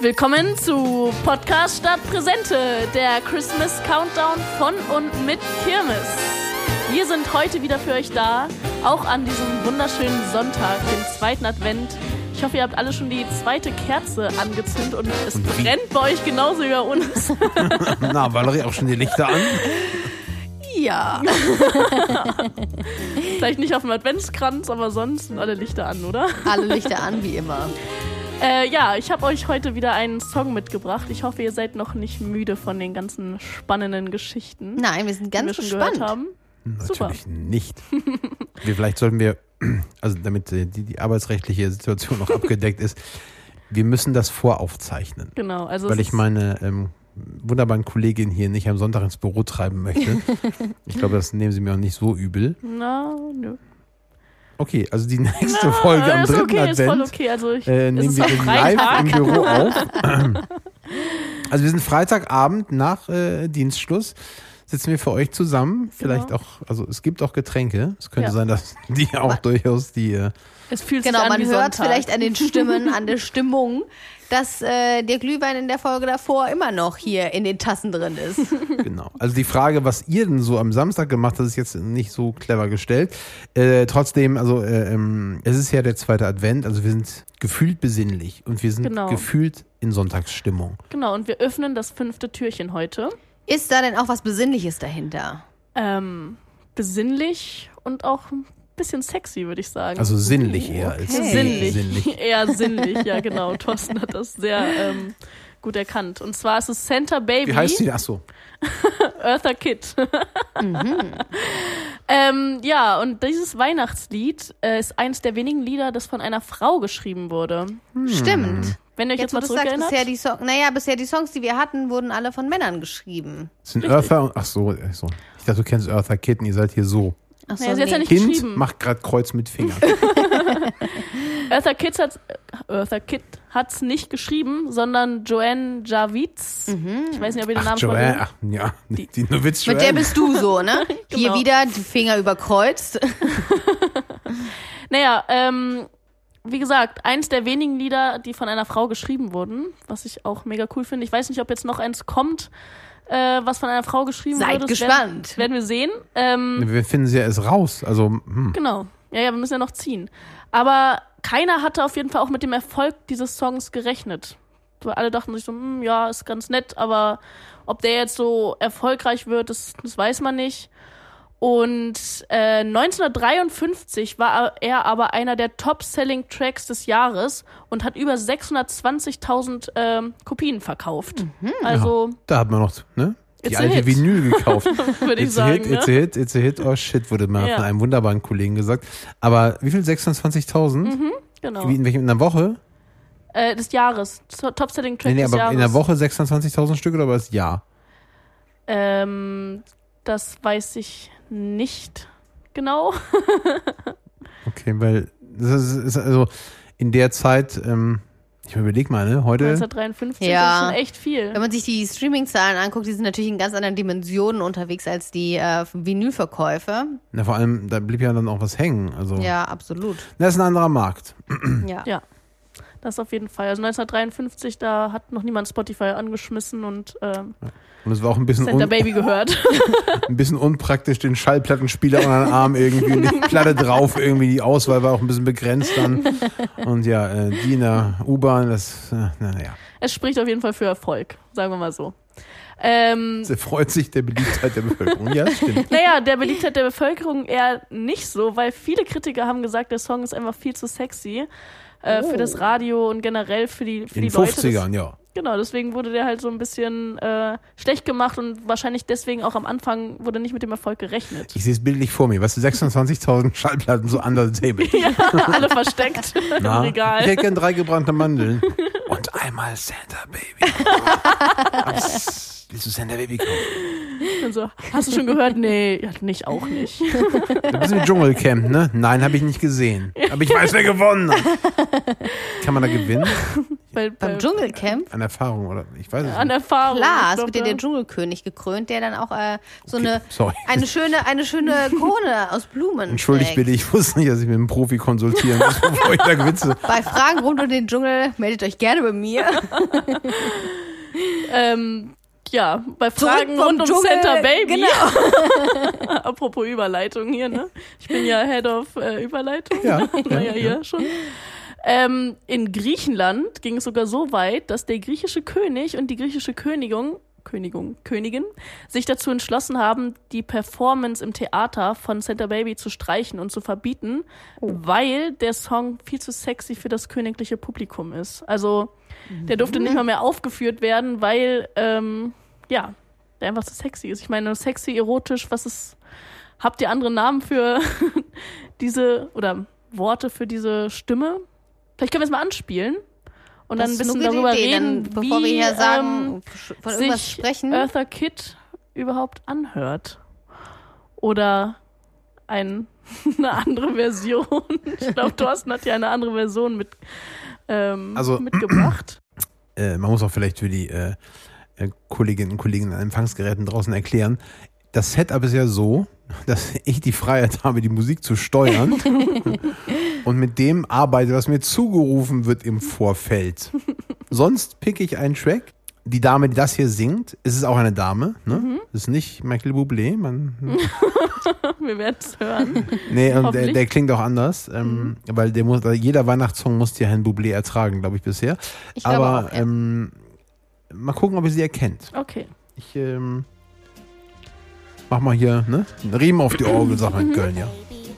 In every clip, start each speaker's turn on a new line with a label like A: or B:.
A: Willkommen zu Podcast Stadt Präsente, der Christmas Countdown von und mit Kirmes. Wir sind heute wieder für euch da, auch an diesem wunderschönen Sonntag, dem zweiten Advent. Ich hoffe, ihr habt alle schon die zweite Kerze angezündet und es
B: Und wie-
A: brennt bei euch genauso wie bei uns.
B: Na, Valerie, auch schon die Lichter an?
A: Ja. Vielleicht nicht auf dem Adventskranz, aber sonst sind alle Lichter an, oder?
C: Alle Lichter an, wie immer.
A: Äh, ja, ich habe euch heute wieder einen Song mitgebracht. Ich hoffe, ihr seid noch nicht müde von den ganzen spannenden Geschichten,
C: Nein, wir
A: die
C: sind
A: wir
C: ganz
A: schon
C: gespannt.
A: gehört haben. Super.
B: Natürlich nicht. Wir, vielleicht sollten wir, also damit äh, die, die arbeitsrechtliche Situation noch abgedeckt ist, wir müssen das voraufzeichnen.
A: Genau, also
B: Weil
A: es
B: ich meine ähm, wunderbaren Kollegin hier nicht am Sonntag ins Büro treiben möchte. Ich glaube, das nehmen sie mir auch nicht so übel.
A: ist, na, nö.
B: Okay, also die nächste
A: Na,
B: Folge am
A: ist
B: dritten
A: okay, ist voll
B: Advent
A: okay. Also ich,
B: äh,
A: es
B: nehmen
A: ist
B: wir
A: am
B: den
A: Freitag.
B: live im Büro auf. Also wir sind Freitagabend nach äh, Dienstschluss. Sitzen wir für euch zusammen. Vielleicht
A: Genau.
B: auch, also es gibt auch Getränke. Es könnte
A: Ja.
B: sein, dass die auch durchaus die. Äh,
A: es fühlt sich
C: Genau,
A: an
C: man
A: wie
C: hört
A: Sonntag.
C: vielleicht an den Stimmen, an der Stimmung, dass äh, der Glühwein in der Folge davor immer noch hier in den Tassen drin ist.
B: genau. Also die Frage, was ihr denn so am Samstag gemacht habt, ist jetzt nicht so clever gestellt. Äh, trotzdem, also äh, ähm, es ist ja der zweite Advent, also wir sind gefühlt besinnlich und wir sind
A: Genau.
B: gefühlt in Sonntagsstimmung.
A: Genau, und wir öffnen das fünfte Türchen heute.
C: Ist da denn auch was Besinnliches dahinter?
A: Ähm, besinnlich und auch ein bisschen sexy, würde ich sagen.
B: Also sinnlich eher als
C: okay.
A: sinnlich.
B: sinnlich.
A: Eher sinnlich, ja genau. Thorsten hat das sehr ähm, gut erkannt. Und zwar ist es Santa Baby.
B: Wie heißt die? Achso.
A: Eartha Kitt.
C: Mhm.
A: ähm, ja, und dieses Weihnachtslied äh, ist eins der wenigen Lieder, das von einer Frau geschrieben wurde.
C: Stimmt.
A: Wenn ihr euch jetzt,
C: Jetzt, wo
A: Hm. mal
C: du sagst,
A: zurückerinnert.
C: bisher die, Song naja, bisher die Songs, die wir hatten, wurden alle von Männern geschrieben.
B: Sind Eartha und. Ach so, ach so. Ich dachte, du kennst Eartha Kitt und ihr seid hier so.
C: Ach
A: Naja, sie hat's ja nicht
B: Kind
A: geschrieben.
B: macht gerade Kreuz mit Finger.
A: Eartha Kitt hat Eartha Kitt hat's nicht geschrieben, sondern Joanne Javits.
C: Mhm.
A: Ich weiß nicht, ob ihr den
B: Ach,
A: Namen schon mal
B: Joanne,
A: gehört
B: ach, ja, die, die Novitz
C: Mit der
B: Joanne.
C: bist du so, ne? Hier
A: Genau.
C: wieder die Finger überkreuzt.
A: Naja, ähm, wie gesagt, eins der wenigen Lieder, die von einer Frau geschrieben wurden, was ich auch mega cool finde. Ich weiß nicht, ob jetzt noch eins kommt, äh, was von einer Frau geschrieben
C: Seid
A: wurde. Das
C: gespannt.
A: Werden, werden wir sehen. Ähm,
B: Wir finden sie ja erst raus. Also, hm.
A: Genau. Ja, ja, wir müssen ja noch ziehen. Aber keiner hatte auf jeden Fall auch mit dem Erfolg dieses Songs gerechnet. So, alle dachten sich so, hm, ja, ist ganz nett, aber ob der jetzt so erfolgreich wird, das, das weiß man nicht. Und äh, 1953 war er aber einer der top-selling Tracks des Jahres und hat über 620.000 ähm, Kopien verkauft. Also,
B: Da hat man noch ne? die
A: It's a
B: alte
A: hit.
B: Vinyl gekauft.
A: würde ich
B: it's a
A: sagen.
B: hit, it's a
A: ne?
B: hit, it's a hit, oh shit, wurde mal
A: Ja.
B: von einem wunderbaren Kollegen gesagt. Aber wie viel? 26.000?
A: Genau.
B: Wie, in welchem? In der Woche?
A: Äh, des Jahres. Top-selling Track
B: Nee, nee,
A: des
B: aber
A: Jahres.
B: in der Woche 26.000 Stück oder über das Jahr?
A: Ähm, das weiß ich nicht genau.
B: Okay, weil das ist, ist also in der Zeit, ähm, ich überleg mal, ne? Heute
A: 1953, das
C: Ja.
A: ist schon echt viel.
C: Wenn man sich die Streaming-Zahlen anguckt, die sind natürlich in ganz anderen Dimensionen unterwegs als die äh, Vinylverkäufe.
B: Na, vor allem, da blieb ja dann auch was hängen. Also,
C: Ja, absolut.
B: das ist ein anderer Markt.
C: Ja.
A: Ja. Das auf jeden Fall. Also 1953, da hat noch niemand Spotify angeschmissen und ähm,
B: Und es war auch ein bisschen,
A: Santa
B: un
A: Baby gehört.
B: ein bisschen unpraktisch, den Schallplattenspieler unter den Arm irgendwie und die Platte drauf. Irgendwie die Auswahl war auch ein bisschen begrenzt dann. Und ja, äh, die in der U-Bahn, das, äh, naja,
A: es spricht auf jeden Fall für Erfolg, sagen wir mal so. Ähm,
B: sie freut sich der Beliebtheit der Bevölkerung. Ja, stimmt.
A: naja, der Beliebtheit der Bevölkerung eher nicht so, weil viele Kritiker haben gesagt, der Song ist einfach viel zu sexy äh, für das Radio und generell für die, für
B: Oh. In
A: die
B: den
A: Leute. des-
B: 50ern, ja.
A: Genau, deswegen wurde der halt so ein bisschen äh, schlecht gemacht und wahrscheinlich deswegen auch am Anfang wurde nicht mit dem Erfolg gerechnet.
B: Ich sehe es bildlich vor mir. Weißt du, 26.000 Schallplatten so under the table.
A: ja, alle versteckt im
B: Na? Ich
A: Regal.
B: hätte gern drei gebrannte Mandeln. Und einmal Santa Baby. Was willst du Santa Baby kaufen?
A: Und so, hast du schon gehört? Nee, ja, nicht auch nicht.
B: Du bist im Dschungelcamp, ne? Nein, habe ich nicht gesehen. Aber ich weiß, wer gewonnen hat. Kann man da gewinnen?
A: Weil,
C: Beim
A: weil-
C: Dschungelcamp?
B: An Erfahrung, oder? Ich weiß es
A: An
B: nicht.
A: Erfahrung.
C: Klar,
A: Äh, ich
C: es
A: glaub,
C: wird ja der
A: da-
C: Dschungelkönig gekrönt, der dann auch äh, so eine,
B: sorry.
C: eine schöne, eine schöne Krone aus Blumen.
B: Entschuldigt
C: trägt.
B: bitte, ich wusste nicht, dass ich mit einem Profi konsultieren muss, bevor ich da gewitze.
C: Bei Fragen rund um den Dschungel meldet euch gerne bei mir.
A: ähm, ja, bei
C: Zurück
A: Fragen
C: vom
A: rund um
C: Dschungel,
A: Center Baby.
C: genau.
A: Apropos Überleitung hier, ne? Ich bin ja Head of äh, Überleitung.
B: Ja.
A: Naja, ja, schon. Ähm, in Griechenland ging es sogar so weit, dass der griechische König und die griechische Königung, Königung, Königin, sich dazu entschlossen haben, die Performance im Theater von Santa Baby zu streichen und zu verbieten, weil der Song viel zu sexy für das königliche Publikum ist. Also der durfte nicht mal mehr aufgeführt werden, weil, ähm, ja, der einfach zu sexy ist. Ich meine, sexy, erotisch, was ist. Habt ihr andere Namen für diese oder Worte für diese Stimme? Vielleicht können wir es mal anspielen und dann ein bisschen darüber reden,
C: Dann, bevor
A: wie,
C: wir hier
A: ähm,
C: sagen, hm? von irgendwas
A: sich
C: sprechen.
A: Eartha Kitt überhaupt anhört. Oder ein, eine andere Version. Ich glaube, Thorsten hat ja eine andere Version mit, ähm,
B: Also-
A: mitgebracht.
B: Äh, man muss auch vielleicht für die äh, äh, Kolleginnen und Kollegen an Empfangsgeräten draußen erklären. Das Setup ist ja so, dass ich die Freiheit habe, die Musik zu steuern und mit dem arbeite, was mir zugerufen wird im Vorfeld. Sonst picke ich einen Track. Die Dame, die das hier singt, es ist auch eine Dame, ne?
C: Mhm.
B: Es ist nicht Michael Bublé, man
A: Wir werden es hören.
B: Nee, und der,
A: Hoffentlich.
B: der klingt auch anders, ähm,
C: Mhm.
B: weil der muss, also jeder Weihnachtssong musste ja Herrn Bublé ertragen, glaube ich bisher.
C: Ich glaube
B: Aber
C: auch, ja.
B: ähm, mal gucken, ob ihr sie erkennt.
A: Okay.
B: Ich ähm, mach mal hier ne? einen Riemen auf die Orgel, sagt
C: Mhm.
B: man in Köln, ja.
D: Baby,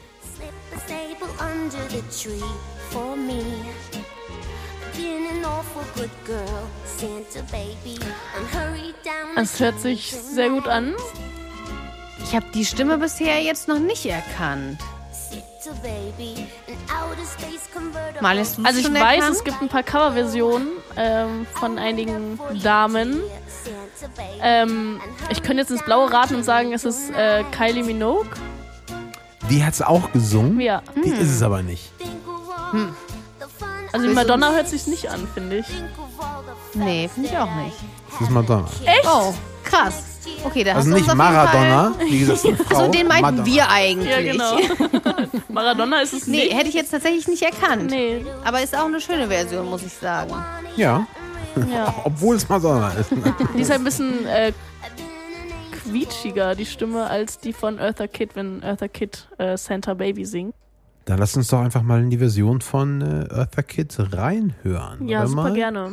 D: slip a sable under the tree for me. Been an awful good girl, Santa baby, and hurry down. the
A: Es hört sich
D: street
A: sehr gut an.
C: Ich habe die Stimme bisher jetzt noch nicht erkannt.
D: Santa baby, an outer space convertible.
C: Mal hast du
A: Also ich
C: schon
A: weiß,
C: erkannt?
A: es gibt ein paar Coverversionen ähm, von einigen Damen.
D: Santa baby.
A: Ähm, ich könnte jetzt ins Blaue raten und sagen, es ist äh, Kylie Minogue.
B: Die hat's auch gesungen,
A: Ja.
B: die ist es aber nicht.
D: Think of all the fun
A: Hm. Also
D: I
A: die
D: had.
A: Madonna hört sich nicht an, finde ich.
D: Think of all the
C: Nee,
D: facts
C: finde ich
D: that
C: auch
D: I
C: nicht.
B: Das ist Madonna.
D: had.
C: Oh, krass. Okay, da
B: Also
C: hast du
B: nicht
C: uns auf jeden
B: Maradona,
C: Fall-
B: wie gesagt, eine Frau.
C: Also den meinten
B: Madonna.
C: wir eigentlich.
A: Ja, genau. Maradona ist es
C: Nee,
A: nicht.
C: hätte ich jetzt tatsächlich nicht erkannt.
A: Nee,
C: Aber ist auch eine schöne Version, muss ich sagen.
B: Ja,
A: ja.
B: obwohl es Madonna ist. ne?
A: Die ist halt ein bisschen äh, quietschiger, die Stimme, als die von Eartha Kitt, wenn Eartha Kitt äh, Santa Baby singt.
B: Dann lass uns doch einfach mal in die Version von äh, Eartha Kitt reinhören.
A: Ja,
B: oder
A: super
B: mal?
A: gerne.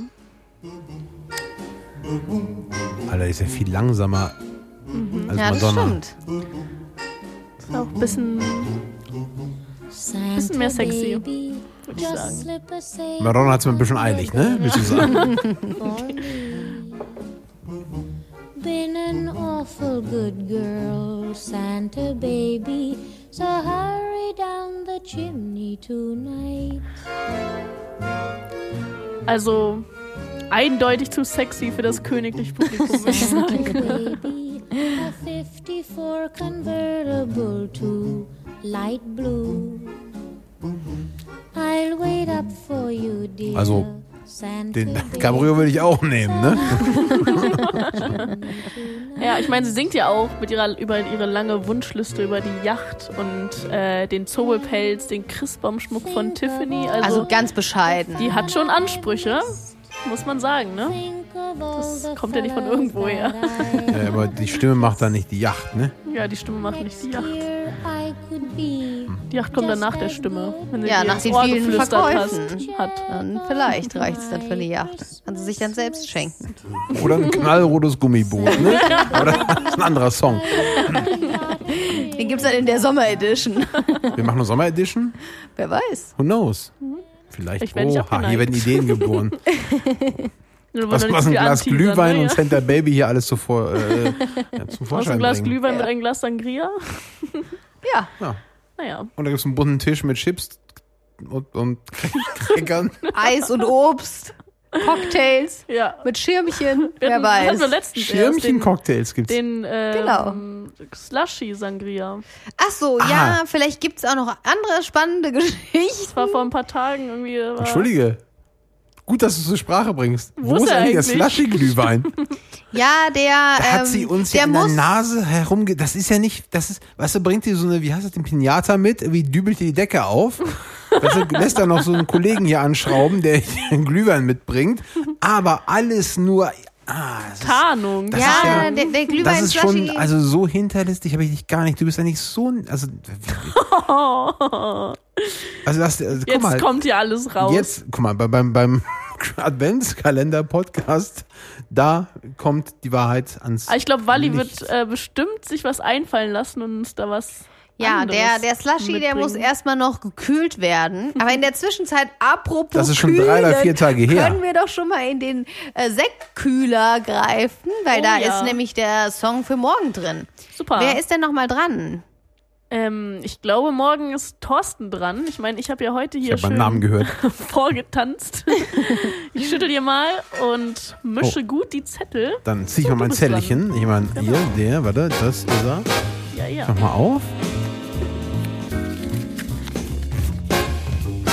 B: Alter, ist ja viel langsamer als
C: Mhm. Ja, das
B: Madonna.
C: stimmt.
A: Ist auch ein bisschen, bisschen mehr sexy, würde ich sagen.
B: Madonna hat es mir ein bisschen eilig, ne? Willst du sagen?
E: Been an awful good girl, Santa baby. So hurry down the chimney tonight.
A: Also eindeutig zu sexy für das königliche Publikum, würde ich sagen.
E: Santa baby, a 54 convertible to light blue. I'll wait up for you, dear.
B: Also,
E: Santa
B: Den
E: baby.
B: Cabrio würde ich auch nehmen, ne?
A: Ja, ich meine, sie singt ja auch mit ihrer, über ihre lange Wunschliste über die Yacht und äh, den Zobelpelz, den Christbaumschmuck von Tiffany. Also,
C: Also ganz bescheiden.
A: die hat schon Ansprüche, muss man sagen, ne?
E: Think of all the
A: kommt ja nicht von
E: fellas
A: irgendwo her.
E: that I
B: Ja, Äh, aber die Stimme macht da nicht die Yacht, ne?
A: Ja, die Stimme macht nicht die Yacht.
E: Here I could be.
A: Die Yacht kommt dann nach der Stimme, wenn sie
C: Ja,
A: dir
C: nach
A: ins
C: den
A: Ohr
C: vielen
A: geflüstert
C: Verkäufen.
A: hast, hat.
C: Dann vielleicht reicht es dann für die Yacht. Kann sie sich dann selbst schenken.
B: Oder ein knallrotes Gummiboot, ne? Oder das ist ein anderer Song.
C: Den gibt es dann in der Sommer-Edition.
B: Wir machen eine Sommeredition?
C: Wer weiß.
B: Who knows? Vielleicht,
A: Mhm. Ich wär nicht abgeneigt.
B: hier werden Ideen geboren.
A: Nur
B: Was,
A: wollen wir
B: was
A: nicht
B: ein
A: zu viel
B: Glas
A: anteasern,
B: Glühwein
A: ne?
B: und Center Baby hier alles zuvor, äh, ja, zum
A: Was ein
B: Vorschein
A: Glas
B: bringen.
A: Glühwein mit einem Glas Sangria?
C: Ja,
A: Naja.
B: Und da gibt es einen bunten Tisch mit Chips und, und Crackern.
C: Eis und Obst. Cocktails
A: Ja.
C: mit Schirmchen, wer
A: Hatten wir
C: weiß.
A: letztens erst
B: Schirmchen-Cocktails gibt's.
A: den, den
C: Genau.
A: ähm, Slushy Sangria.
C: Ach so, ja, vielleicht gibt es auch noch andere spannende Geschichten.
A: Das war vor ein paar Tagen irgendwie. War,
B: Entschuldige. Gut, dass du es zur Sprache bringst.
A: Wo ist er
B: der
A: eigentlich?
B: Slushy-Glühwein?
C: Ja, der,
B: Da
C: ähm,
B: hat sie uns ja
C: der
B: in der
C: muss,
B: Nase herumge... Das ist ja nicht... Das ist, weißt du, bringt dir so eine... Wie heißt das? Den Pinata mit? Wie dübelt dir die Decke auf? Weißt du, lässt da noch so einen Kollegen hier anschrauben, der einen Glühwein mitbringt. Aber alles nur... Ah, das ist
A: Tarnung.
B: Das ist
C: ja,
B: ja-
C: der, der
B: Das
C: Glühwein
B: ist schon, also so hinterlistig habe ich dich gar nicht. Du bist eigentlich so, ein- also, also, das, also guck
A: Jetzt
B: mal,
A: kommt hier alles raus.
B: jetzt, guck mal, bei- beim, beim Adventskalender-Podcast, da kommt die Wahrheit ans.
A: Aber ich glaube, Wally
B: Nichts.
A: wird äh, bestimmt sich was einfallen lassen und uns da was.
C: ja, der,
A: anderes
C: der Slushy, der
A: mitbringen.
C: muss erstmal noch gekühlt werden. Aber in der Zwischenzeit, apropos
B: Das ist schon drei oder
C: kühlen,
B: vier Tage her.
C: können wir doch schon mal in den äh, Sektkühler greifen, weil
A: Oh
C: da
A: ja.
C: ist nämlich der Song für morgen drin.
A: Super.
B: Ah.
C: Wer ist denn nochmal dran?
A: ähm, ich glaube, morgen ist Thorsten dran. Ich meine, ich habe ja heute hier
B: ich habe meinen
A: schön
B: Namen gehört.
A: vorgetanzt. ich schüttel dir mal und
B: Oh.
A: mische gut die Zettel.
B: Dann ziehe ich mal mein
A: bist dran.
B: Zettelchen. Ich meine, hier, der, warte, das ist er.
A: Ja, ja.
B: Mach mal auf.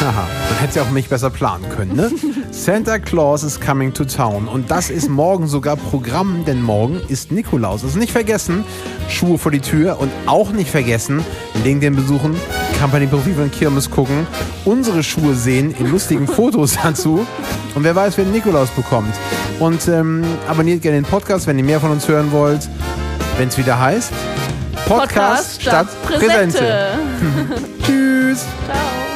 B: Haha, dann hätte sie auch mich besser planen können, ne? Santa Claus is coming to town. Und das ist morgen sogar Programm, denn morgen ist Nikolaus. Also nicht vergessen, Schuhe vor die Tür und auch nicht vergessen, LinkedIn besuchen, Company-Profil von Kirmes gucken, unsere Schuhe sehen in lustigen Fotos dazu. Und wer weiß, wer Nikolaus bekommt. Und ähm, abonniert gerne den Podcast, wenn ihr mehr von uns hören wollt. Wenn es wieder heißt, Podcast, statt Präsente. Tschüss.
A: Ciao.